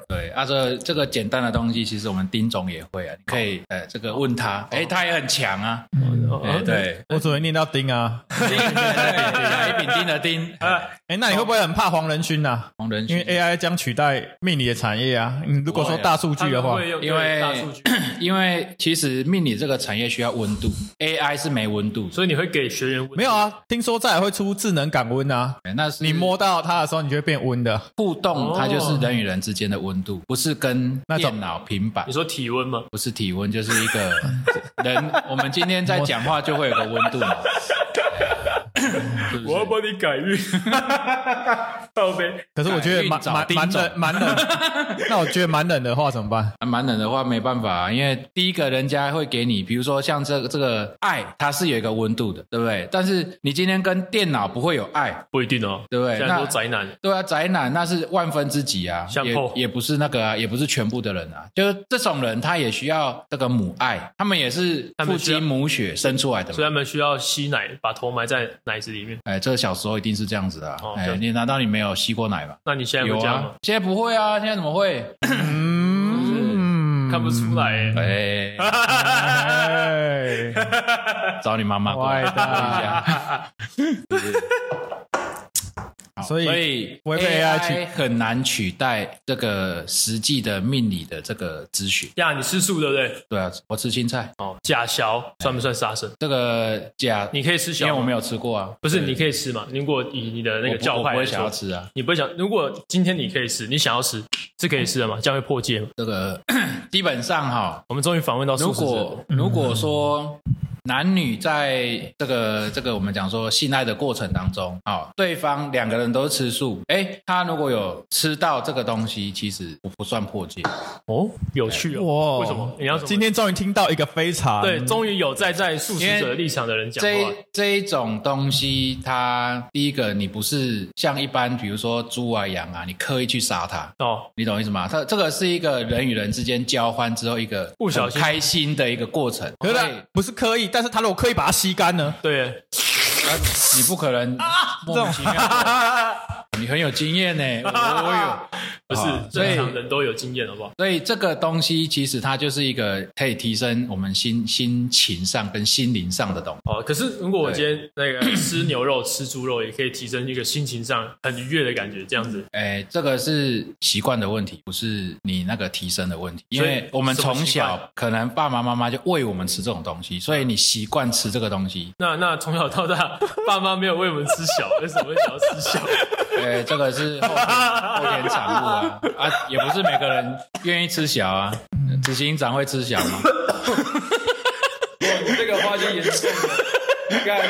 Speaker 2: 对啊，这这个简单的东西，其实我们丁总也会啊，你可以呃这个问他，哎，他也很强啊，哎
Speaker 1: 哦
Speaker 2: 对，
Speaker 3: 我只会念到丁啊。
Speaker 2: 甲乙丙丁的丁，
Speaker 1: 啊，
Speaker 3: 哎，那你会不会很怕黄仁勋呐？
Speaker 2: 黄仁
Speaker 3: 因为
Speaker 2: 勋。
Speaker 3: AI 将取代命理的产业啊。你如果说大
Speaker 1: 哦
Speaker 3: 数
Speaker 1: 哎他
Speaker 3: 据的
Speaker 1: 们
Speaker 3: 话，
Speaker 1: 会用
Speaker 2: 因为
Speaker 1: 大数据，
Speaker 2: 因为其实命理这个产业需要温度，AI 是没温度的，
Speaker 1: 所以你会给学员问
Speaker 3: 没有啊？听说再来会出智能感温啊，
Speaker 2: 哎那是
Speaker 3: 你摸到它的时候，你就会变温的。
Speaker 2: 互动，
Speaker 1: 哦
Speaker 2: 它就是人与人之间的温度，不是跟
Speaker 3: 那种
Speaker 2: 电脑、平板
Speaker 1: 你，说体温吗？
Speaker 2: 不是体温，就是一个 人。我们今天在讲话就会有个温度 嘛，是不是
Speaker 1: 帮你改 运，靠背。
Speaker 3: 可是我
Speaker 1: 哎
Speaker 3: 觉得
Speaker 2: 运
Speaker 3: 蛮
Speaker 2: 早
Speaker 3: 蛮
Speaker 2: 丁
Speaker 3: 蛮
Speaker 2: 早
Speaker 3: 冷 蛮冷，那我觉得蛮冷的话怎么办？
Speaker 2: 啊蛮冷的话没办法、啊，因为第一个人家会给你，比如说像这个这个爱，它是有一个温度的，对不对？但是你今天跟电脑不会有爱，
Speaker 1: 不一定哦，
Speaker 2: 对不对？
Speaker 1: 现在
Speaker 2: 那
Speaker 1: 都宅男，
Speaker 2: 对啊，宅男那是万分之几啊，
Speaker 1: 像
Speaker 2: 也
Speaker 1: Paul
Speaker 2: 也不是那个啊，也不是全部的人啊，就是这种人他也需要这个母爱，他们也是
Speaker 1: 他
Speaker 2: 父
Speaker 1: 们需要啊
Speaker 2: 精母血生出来的嘛
Speaker 1: 所以他们需要吸奶，把头埋在奶子里面。
Speaker 2: 哎，这个小时候一定是这样子的、啊。
Speaker 1: 哦
Speaker 2: 哎，
Speaker 1: 对
Speaker 2: 你难道你没有吸过奶吗？
Speaker 1: 那你现在
Speaker 2: 有
Speaker 1: 会这样
Speaker 2: 啊
Speaker 1: 吗？，
Speaker 2: 现在不会啊，现在怎么会？
Speaker 3: 嗯，
Speaker 2: 啊
Speaker 1: 看不出来欸，
Speaker 2: 哎，嗯
Speaker 3: 哎，
Speaker 2: 找你妈妈过来
Speaker 3: 坏蛋
Speaker 2: 看一下。好
Speaker 3: 所以
Speaker 2: 所以
Speaker 3: 不会被 AI 取
Speaker 2: AI 很难取代这个实际的命理的这个咨询。
Speaker 1: 呀，你吃素对不对？
Speaker 2: 对啊，我吃青菜，
Speaker 1: 哦，假小算不算杀生？
Speaker 2: 这个假，
Speaker 1: 你可以吃
Speaker 2: 因为
Speaker 1: 小
Speaker 2: 我
Speaker 1: 吗，
Speaker 2: 没有吃过啊，
Speaker 1: 不是你可以吃嘛？如果以你的那
Speaker 2: 我
Speaker 1: 个
Speaker 2: 不
Speaker 1: 教
Speaker 2: 我
Speaker 1: 派
Speaker 2: 不
Speaker 1: 来
Speaker 2: 会想要
Speaker 1: 说，
Speaker 2: 吃啊。
Speaker 1: 你不会想，如果今天你可以吃，你想要吃是可以吃的嘛？这样会破戒吗？
Speaker 2: 这个 基本上哈，
Speaker 1: 我们终于访问到素
Speaker 2: 如
Speaker 1: 食者
Speaker 2: 果如果说男女在这个这个我们讲说性爱的过程当中啊、对方两个人都是吃素，哎，他如果有吃到这个东西，其实不不算破戒。
Speaker 1: 哦，有趣哦，
Speaker 3: 哇
Speaker 1: 为什么？你要怎么
Speaker 3: 今天终于听到一个非常
Speaker 1: 对，终于有站在素食
Speaker 2: 因
Speaker 1: 者
Speaker 2: 为
Speaker 1: 立场的人讲
Speaker 2: 这
Speaker 1: 话
Speaker 2: 一。这一种东西，它第一个你不是像一般，比如说猪啊羊啊，你刻意去杀它。
Speaker 1: 哦，
Speaker 2: 你懂意思吗？它这个是一个人与人之间交换之后一个
Speaker 1: 不小心
Speaker 2: 很开心的一个过程。
Speaker 3: 可是
Speaker 1: 哎
Speaker 2: 所以
Speaker 3: 他不是刻意，但是他如果刻意把它吸干呢？
Speaker 1: 对，
Speaker 2: 你不可能
Speaker 1: 啊
Speaker 2: 莫名其妙，你很有经验呢、 我有。
Speaker 1: 不是
Speaker 2: 啊所
Speaker 1: 正
Speaker 2: 以
Speaker 1: 常人都有经验，好不好？
Speaker 2: 所以这个东西其实它就是一个可以提升我们心心情上跟心灵上的东西。
Speaker 1: 哦，可是如果我今天那个吃牛肉、吃猪肉，也可以提升一个心情上很愉悦的感觉，这样
Speaker 3: 嗯
Speaker 1: 子。
Speaker 2: 哎，这个是习惯的问题，不是你那个提升的问题。因
Speaker 1: 所
Speaker 2: 为
Speaker 1: 以
Speaker 2: 我们从
Speaker 1: 什么习惯
Speaker 2: 小可能爸爸妈妈就喂我们吃这种东西，所以你习惯吃这个东西。
Speaker 1: 那那从小到大，爸妈没有喂我们吃小，为什么会想要吃 小？
Speaker 2: 哎，这个是后天后天产物啊啊，也不是每个人愿意吃小啊。执行长会吃小吗？
Speaker 4: 这个话就严重了。你看，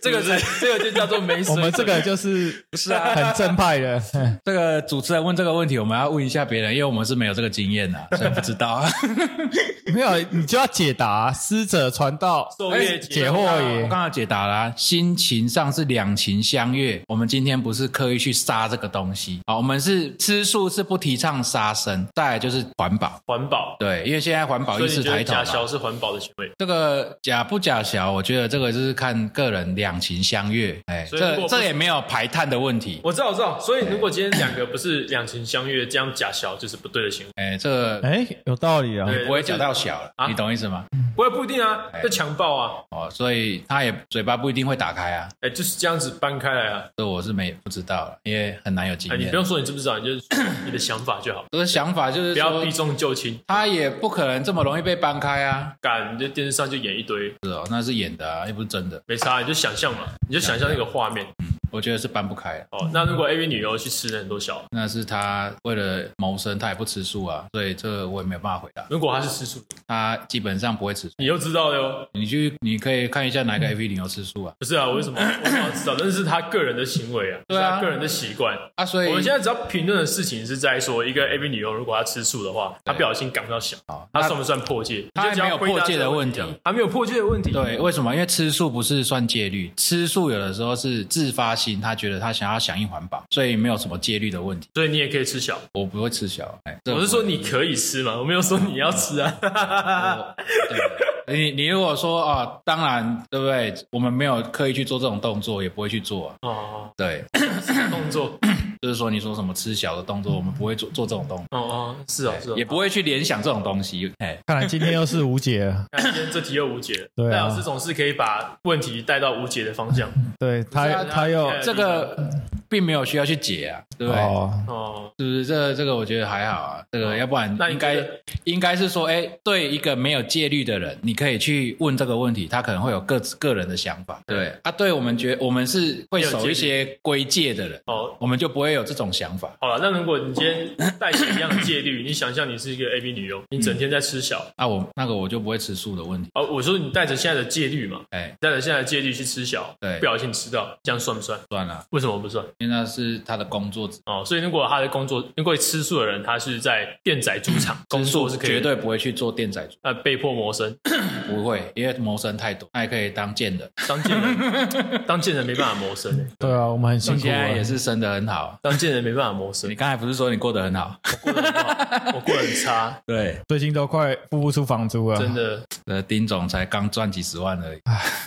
Speaker 4: 这个是这个就叫做没
Speaker 3: 我
Speaker 4: 水
Speaker 3: 们这个就是是啊，很正派的。
Speaker 2: 这个主持人问这个问题，我们要问一下别人，因为我们是没有这个经验的、 所以不知道。
Speaker 3: 没有，你就要解答师者传道，
Speaker 1: 受业
Speaker 3: 哎解
Speaker 1: 解
Speaker 3: 惑
Speaker 1: 惑
Speaker 2: 哎我
Speaker 3: 也。
Speaker 2: 刚刚解答啦、心情上是两情相悦。我们今天不是刻意去杀这个东西啊，我们是吃素是不提倡杀生，再来就是环保。
Speaker 1: 环保，
Speaker 2: 对，因为现在环保
Speaker 1: 所
Speaker 2: 意
Speaker 1: 以你
Speaker 2: 识
Speaker 1: 觉得
Speaker 2: 抬头
Speaker 1: 假
Speaker 3: 啊
Speaker 2: 嘛。
Speaker 1: 小是环保的行为？
Speaker 2: 这个假不假小，我觉得这个就是看个人两情相悦。哎，
Speaker 1: 所以如
Speaker 2: 这
Speaker 1: 果不
Speaker 2: 这也没有排碳的问题。
Speaker 1: 我知道，我知道。所以如果今天两个不是两情相悦，这样假小就是不对的行为。
Speaker 2: 哎，这个
Speaker 3: 哎，有道理啊。
Speaker 1: 对
Speaker 2: 不会讲到小了，
Speaker 1: 啊
Speaker 2: 你懂意思吗？
Speaker 1: 不会不一定啊，
Speaker 2: 哎
Speaker 1: 就强暴啊，
Speaker 2: 哦，所以他也嘴巴不一定会打开啊。
Speaker 1: 哎，就是这样子搬开来啊。
Speaker 2: 这我是没不知道了，因为很难有经
Speaker 1: 哎，你
Speaker 2: 验
Speaker 1: 不。用说你知不知道，你就是 说你的想法就好，
Speaker 2: 我的想法就是
Speaker 1: 不要
Speaker 2: 说
Speaker 1: 避，重就轻。
Speaker 2: 他也不可能这么容易被搬开啊。
Speaker 1: 敢你在电视上就演一堆，
Speaker 2: 是哦，那是演的啊，又不是真的。
Speaker 1: 没差，你就想象嘛，你就想象那个画面。
Speaker 2: 我觉得是搬不开，啊
Speaker 1: 哦，那如果 AV 女优去吃了很多小，
Speaker 2: 那是他为了谋生，他也不吃素啊，所以这个我也没有办法回答。
Speaker 1: 如果她是吃素，
Speaker 2: 他基本上不会吃素。
Speaker 1: 你又知道了哟。
Speaker 2: 你去，你可以看一下哪个 AV 女优吃素啊？
Speaker 1: 不是啊，我为什么我想要知道？那是她个人的行为啊，
Speaker 2: 对啊
Speaker 1: 是她个人的习惯。
Speaker 2: 啊，所以
Speaker 1: 我们现在只要评论的事情是在说，一个 AV 女优如果她吃素的话，她不小心感不到小，她算不算破戒？
Speaker 2: 哦她
Speaker 1: 你就只要
Speaker 2: 还没有
Speaker 1: 回答
Speaker 2: 破戒
Speaker 1: 这个
Speaker 2: 的
Speaker 1: 问
Speaker 2: 问
Speaker 1: 啊
Speaker 2: 题，
Speaker 1: 她没有破戒的问题。
Speaker 2: 对，为什么？因为吃素不是算戒律，吃素有的时候是自发性，他觉得他想要响应环保，所以没有什么戒律的问题。
Speaker 1: 所以你也可以吃小。
Speaker 2: 我不会吃小，哎，这
Speaker 1: 我是说你可以吃嘛，我没有说你要吃啊。
Speaker 2: 我对你你如果说啊，当然对不对？我们没有刻意去做这种动作，也不会去做啊、
Speaker 1: 哦，
Speaker 2: 对，
Speaker 1: 动作，
Speaker 2: 就是说你说什么吃小的动作，我们不会做做这种动作，
Speaker 1: 哦哦，是哦是哦
Speaker 2: 也。不会去联想这种东西。哎，
Speaker 3: 看来今天又是无解啊了。
Speaker 1: 看今天这题又无解了，
Speaker 3: 对啊
Speaker 1: 戴老师总是可以把问题带到无解的方 向。
Speaker 3: 对
Speaker 2: 啊
Speaker 3: 他，他又
Speaker 1: 对
Speaker 2: 这个并没有需要去解啊，对不对？
Speaker 3: 哦，
Speaker 1: 哦，
Speaker 2: 是不是？这个这个我觉得还好啊，这个要不然
Speaker 1: 那你
Speaker 2: 应该
Speaker 1: 觉得
Speaker 2: 应该是说，哎，对一个没有戒律的人，你可以去问这个问题，他可能会有各自个人的想法。对啊，对我们觉我们是
Speaker 1: 没
Speaker 2: 会
Speaker 1: 有戒
Speaker 2: 守
Speaker 1: 律
Speaker 2: 一些规戒的人，
Speaker 1: 哦，
Speaker 2: 我们就不会有这种想法。
Speaker 1: 好了，那如果你今天带着一样的戒律，你想象你是一个 A B 女优，你整天在吃小，
Speaker 2: 啊，我那个我就不会吃素的问题。
Speaker 1: 哦，我说你带着现在的戒律嘛，
Speaker 2: 哎，
Speaker 1: 带着现在的戒律去吃小，
Speaker 2: 对
Speaker 1: 不小心吃到，这样算不算？
Speaker 2: 算了，
Speaker 1: 为什么不算？
Speaker 2: 因为那是他的工作职
Speaker 1: 哦，所以如果他的工作，如果吃素的人，他是在电宰猪 场工作，是可以
Speaker 2: 绝对不会去做电宰主，
Speaker 1: 呃被迫谋生，
Speaker 2: 不会，因为谋生太多，他也可以当贱人。
Speaker 1: 当贱 人，当贱人没办法谋生、欸，
Speaker 3: 对啊，我们很辛
Speaker 2: 你
Speaker 3: 苦
Speaker 2: 现在
Speaker 3: 啊
Speaker 2: 也。是生得很好，
Speaker 1: 当贱人没办法谋生
Speaker 2: 你，刚才不是说你过得很好？
Speaker 1: 我过得很好，我过得很 差，
Speaker 2: 对，
Speaker 3: 最近都快付不出房租啊了。
Speaker 1: 真，的。
Speaker 2: 呃，丁总才刚赚几十万而已，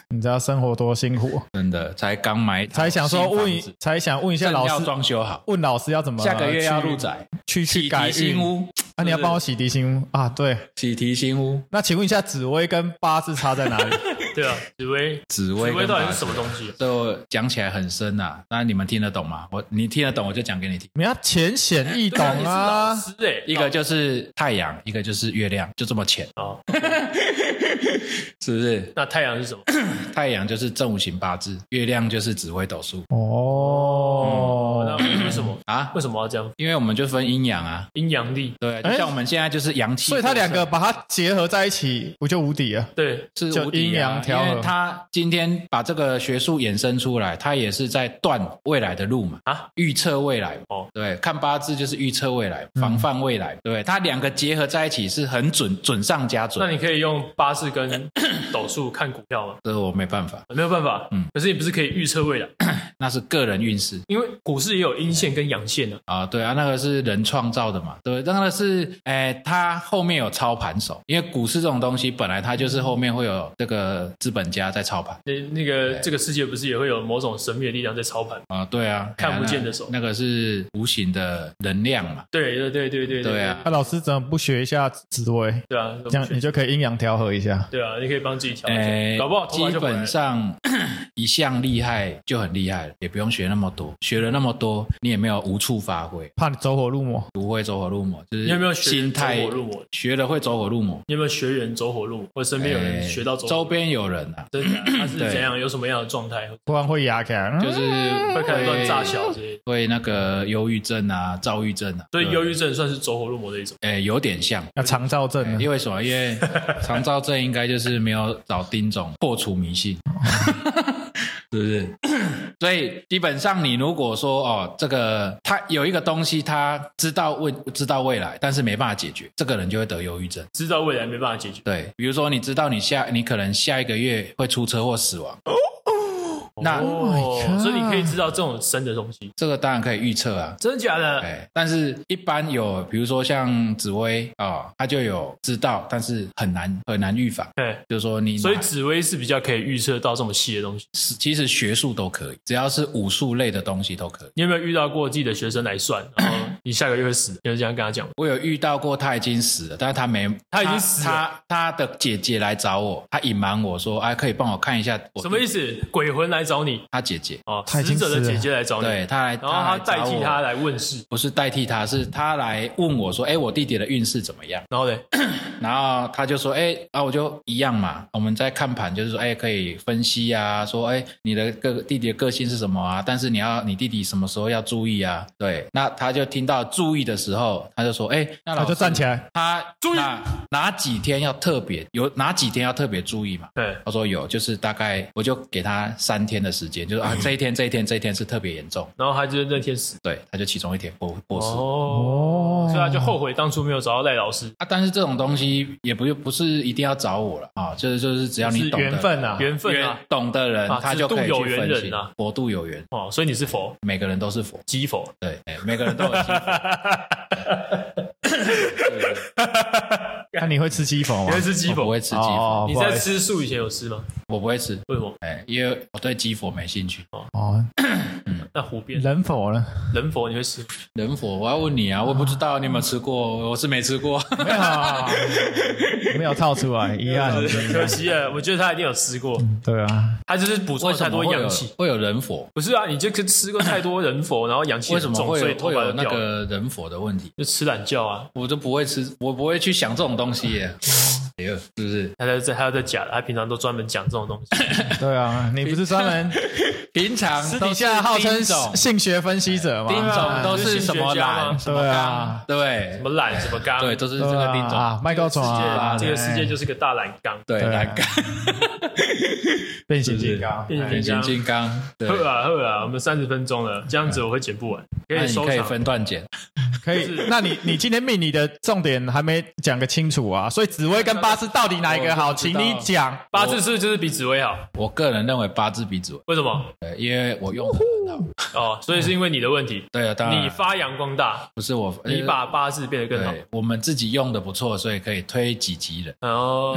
Speaker 3: 你知道生活多辛苦，
Speaker 2: 真的才刚买一套
Speaker 3: 才想说
Speaker 2: 新房
Speaker 3: 问一
Speaker 2: 子，
Speaker 3: 才想问一下
Speaker 2: 正
Speaker 3: 老
Speaker 2: 要
Speaker 3: 师，
Speaker 2: 装修好，
Speaker 3: 问老师要怎么
Speaker 2: 下个月要
Speaker 3: 去
Speaker 2: 入宅，
Speaker 3: 去去
Speaker 2: 喜
Speaker 3: 改
Speaker 2: 提
Speaker 3: 运
Speaker 2: 新屋，
Speaker 3: 啊！你要帮我洗涤新屋啊？对，
Speaker 2: 喜提新屋，
Speaker 3: 那请问一下，紫薇跟八字差在哪里？
Speaker 1: 对啊，紫薇，
Speaker 2: 紫
Speaker 1: 紫
Speaker 2: 薇
Speaker 1: 薇
Speaker 2: 跟
Speaker 1: 到底
Speaker 2: 八
Speaker 1: 是什
Speaker 2: 字
Speaker 1: 么东西？
Speaker 2: 就讲起来很深呐、啊，那你们听得懂吗？我你听得懂，我就讲给你听。
Speaker 3: 你要浅显 易懂
Speaker 1: 你是老
Speaker 3: 啊！
Speaker 1: 师哎，
Speaker 2: 一个就是太阳，一个就是月亮，就这么浅，
Speaker 1: 哦，
Speaker 2: 是不是？
Speaker 1: 那太阳是什么？
Speaker 2: 太阳就是正五行八字，月亮就是紫微斗数
Speaker 1: 那
Speaker 3: 哦，
Speaker 1: 为什么？
Speaker 2: 啊
Speaker 1: 为。什么要这样？
Speaker 2: 因为我们就分阴阳啊，
Speaker 1: 阴阳历，
Speaker 2: 对，
Speaker 3: 哎
Speaker 2: 就像我们现在就是阳气过
Speaker 3: 所以
Speaker 2: 盛，
Speaker 3: 它两个把它结合在一起，不就无敌了？
Speaker 1: 对，
Speaker 2: 是
Speaker 3: 就
Speaker 2: 无敌啊
Speaker 3: 阴阳调和
Speaker 2: 因为他今天把这个学术衍生出来，他也是在断未来的路嘛，
Speaker 1: 啊，
Speaker 2: 预测未来嘛。
Speaker 1: 哦
Speaker 2: 对，看八字就是预测未来，
Speaker 3: 嗯
Speaker 2: 防范未来，对，它两个结合在一起是很准，准上加
Speaker 1: 那
Speaker 2: 准。
Speaker 1: 你可以用八字跟斗数看股票吗？
Speaker 2: 这我没办法，
Speaker 1: 没有办法，
Speaker 2: 嗯
Speaker 1: 可是你不是可以预测未来？
Speaker 2: 那是个人运势。
Speaker 1: 因为股市也有阴线跟阳线呢、
Speaker 2: 啊，对啊，那个是人创造的嘛，对，那个是，哎，它后面有操盘手，因为股市这种东西本来它就是后面会有这个资本家在操盘
Speaker 1: 那那个
Speaker 2: 对
Speaker 1: 这个世界不是也会有某种神秘的力量在操盘？
Speaker 2: 啊，对啊，
Speaker 1: 看不
Speaker 2: 哎
Speaker 1: 见的手
Speaker 2: 那那个是无形的能量嘛，
Speaker 1: 对对对对对
Speaker 2: 对啊
Speaker 3: 那、老师怎么不学一下紫薇？
Speaker 1: 对啊，
Speaker 3: 这样你就可以阴阳调和一下。
Speaker 1: 对啊，你可以帮自己调一
Speaker 2: 哎
Speaker 1: 下，搞不好头发
Speaker 2: 基
Speaker 1: 就回来了
Speaker 2: 本上 一项厉害就很厉害了，也不用学那么多，学了那么多，你也没有无处发挥，
Speaker 3: 怕你走火入魔，
Speaker 2: 不会走火入魔，就是
Speaker 1: 你有没有学
Speaker 2: 心态
Speaker 1: 走火入魔？
Speaker 2: 学了会走火入魔，
Speaker 1: 你有没有学员走火入魔，或者身边有人
Speaker 2: 哎
Speaker 1: 学到走火
Speaker 2: 周
Speaker 1: 入魔？
Speaker 2: 边有人啊，
Speaker 1: 真的啊，他是
Speaker 2: 对
Speaker 1: 怎样，有什么样的状态，
Speaker 3: 不然会嗯压起来。
Speaker 2: 就是
Speaker 1: 嗯会开始乱炸
Speaker 2: 会
Speaker 1: 小之类的。
Speaker 2: 会那个忧郁症啊、躁郁症啊，
Speaker 1: 所以忧郁症算是走火入魔的一种。
Speaker 2: 诶有点像。哎
Speaker 3: 那肠燥症呢
Speaker 2: 因为什么？因为肠燥症应该就是没有找丁总破除迷信， 是不是？所以基本上你如果说哦，这个他有一个东西，他知道未知道未来，但是没办法解决，这个人就会得忧郁症。
Speaker 1: 知道未来没办法解决，
Speaker 2: 对，比如说你知道你下你可能下一个月会出车祸死亡，那 Oh
Speaker 1: 哦
Speaker 3: God
Speaker 1: 所以你可以知道这种深的东西，
Speaker 2: 这个当然可以预测啊。
Speaker 1: 真的假的？
Speaker 2: 哎，但是一般有，比如说像紫薇啊、哦，他就有知道，但是很难很难预防。
Speaker 1: 对，
Speaker 2: 就是说你哪，
Speaker 1: 所以紫薇是比较可以预测到这么细的东西。
Speaker 2: 是其实学术都可以，只要是武术类的东西都可以。
Speaker 1: 你有没有遇到过自己的学生来算，然后 你下个月会死？你有这样跟他讲吗？
Speaker 2: 我有遇到过他已经死了，但是他没，
Speaker 1: 他已经死
Speaker 2: 他他他的姐姐来找我，他隐瞒我说，哎、可以帮我看一下我
Speaker 1: 什么意
Speaker 2: 思？
Speaker 1: 思？鬼魂来找你
Speaker 2: 他姐姐，
Speaker 1: 哦，
Speaker 3: 他已
Speaker 1: 死
Speaker 3: 经
Speaker 1: 者的
Speaker 3: 死了
Speaker 1: 姐姐来找你，
Speaker 2: 对他来，
Speaker 1: 哦然后他
Speaker 2: 来找
Speaker 1: 代替
Speaker 2: 我
Speaker 1: 他，来问世，
Speaker 2: 不是代替他，是他来问我说，哎，我弟弟的运势怎么样？
Speaker 1: 然后嘞，
Speaker 2: 然后他就说，哎、啊，我就一样嘛，我们在看盘，就是说，哎、可以分析啊，说，哎、你的个弟弟的个性是什么啊？但是你要，你弟弟什么时候要注意啊？对，那他就听到注意的时候，他就说，哎、那老
Speaker 3: 他
Speaker 2: 师
Speaker 3: 就站起来，
Speaker 2: 他
Speaker 1: 注意
Speaker 2: 哪哪几天要特别有哪几天要特别注意嘛？
Speaker 1: 对，
Speaker 2: 他说有，就是大概我就给他三天的时间，就是
Speaker 3: 嗯
Speaker 2: 啊，这一天、这一天、这一天是特别严重，
Speaker 1: 然后他就那天死
Speaker 2: 对，他就其中一天过过世。
Speaker 1: 哦
Speaker 3: 哦，
Speaker 1: 所以他就后悔当初没有找到赖老师，
Speaker 2: 啊，但是这种东西也不不是一定要找我了啊，就是就是只要你
Speaker 3: 是
Speaker 2: 懂得
Speaker 3: 缘分啊。
Speaker 1: 缘分啊
Speaker 2: 缘，懂的人
Speaker 1: 啊
Speaker 2: 他就可以去
Speaker 1: 只
Speaker 2: 分
Speaker 1: 渡有缘
Speaker 2: 析
Speaker 1: 人啊，
Speaker 2: 佛度有缘，
Speaker 1: 哦，所以你是佛，
Speaker 2: 每个人都是佛，
Speaker 1: 鸡佛，
Speaker 2: 对，哎每个人都有 机会
Speaker 3: 那你会吃鸡粉
Speaker 1: 你
Speaker 3: 吗
Speaker 1: 会？吃鸡
Speaker 2: 我不
Speaker 1: 佛
Speaker 2: 会？吃鸡
Speaker 3: 哦
Speaker 2: 佛，
Speaker 3: 哦
Speaker 1: 你
Speaker 3: 不好
Speaker 1: 在
Speaker 3: 意思
Speaker 1: 吃素以前有吃吗？
Speaker 2: 我不会吃，
Speaker 1: 为什么？
Speaker 2: 哎，因为我对鸡佛没兴趣。
Speaker 3: 哦，
Speaker 1: 那湖边
Speaker 3: 人否呢？
Speaker 1: 人佛你会吃？
Speaker 2: 人佛，我要问你啊，我不知道你有没有吃过，我是没吃过。
Speaker 3: 没有啊，没有套出来，遗憾。
Speaker 1: 可惜了，我觉得他一定有吃过，
Speaker 3: 对啊，
Speaker 1: 他就是补充
Speaker 2: 为
Speaker 1: 了太
Speaker 2: 什么
Speaker 1: 多
Speaker 2: 会有
Speaker 1: 阳气。
Speaker 2: 会有人佛？
Speaker 1: 不是啊，你就是吃过太多人佛，然后阳气
Speaker 2: 为
Speaker 1: 很
Speaker 2: 什
Speaker 1: 重，
Speaker 2: 么会
Speaker 1: 所以
Speaker 2: 有
Speaker 1: 头
Speaker 2: 会
Speaker 1: 发
Speaker 2: 有
Speaker 1: 就
Speaker 2: 那
Speaker 1: 掉了，
Speaker 2: 个人佛的问题？
Speaker 1: 就吃懒觉啊。
Speaker 2: 我都不会吃，我不会去想这种东西 耶，哎呦，是不是？
Speaker 1: 他在这，他在假的，他平常都专门讲这种 东西。
Speaker 3: 对啊，你不是专门
Speaker 2: 平常
Speaker 3: 私
Speaker 2: 都
Speaker 3: 底
Speaker 2: 是
Speaker 3: 下号称
Speaker 2: 丁总，
Speaker 3: 性学分析者
Speaker 2: 丁
Speaker 3: 吗？哎
Speaker 2: 总都是什么
Speaker 1: 啊
Speaker 2: 懒？
Speaker 3: 对啊，
Speaker 2: 对
Speaker 1: 什么懒，什么刚，
Speaker 2: 对，都是这
Speaker 3: 对
Speaker 2: 个
Speaker 3: 啊
Speaker 2: 丁总，
Speaker 3: 啊，麦高虫啊，
Speaker 1: 这个世界就是个大懒缸。
Speaker 2: 对，
Speaker 3: 对啊
Speaker 2: 栏杆，
Speaker 3: 变形金刚，哎
Speaker 1: 变
Speaker 2: 变形
Speaker 1: 形金
Speaker 2: 金刚， 对
Speaker 1: 刚，，喝啊喝啊，我们三十分钟了，这样子我会剪不完，可
Speaker 2: 那
Speaker 1: 以
Speaker 2: 你
Speaker 1: 收
Speaker 2: 可以
Speaker 1: 场。
Speaker 2: 分段剪，
Speaker 3: 可以。那你你今天命你的重点还没讲个清楚啊，所以紫薇跟八字到底哪一个好，
Speaker 2: 我不知
Speaker 3: 请
Speaker 2: 道
Speaker 3: 你讲。
Speaker 1: 八字是不是就是比紫薇好？
Speaker 2: 我个人认为八字鼻子，
Speaker 1: 为什么？
Speaker 2: 对，因为我用得很好，
Speaker 1: 哦，所以是因为你的问题，
Speaker 2: 对啊，当然
Speaker 1: 你发扬光大，
Speaker 2: 不是我，呃
Speaker 1: 你把八字变得更好。
Speaker 2: 嗯对，我们自己用的不错，所以可以推己及人。
Speaker 1: 哦，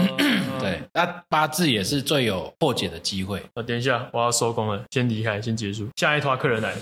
Speaker 2: 对，那八字也是最有破解的机会。
Speaker 1: 哦，等一下，我要收工了，先离开，先结束。下一团客人来了，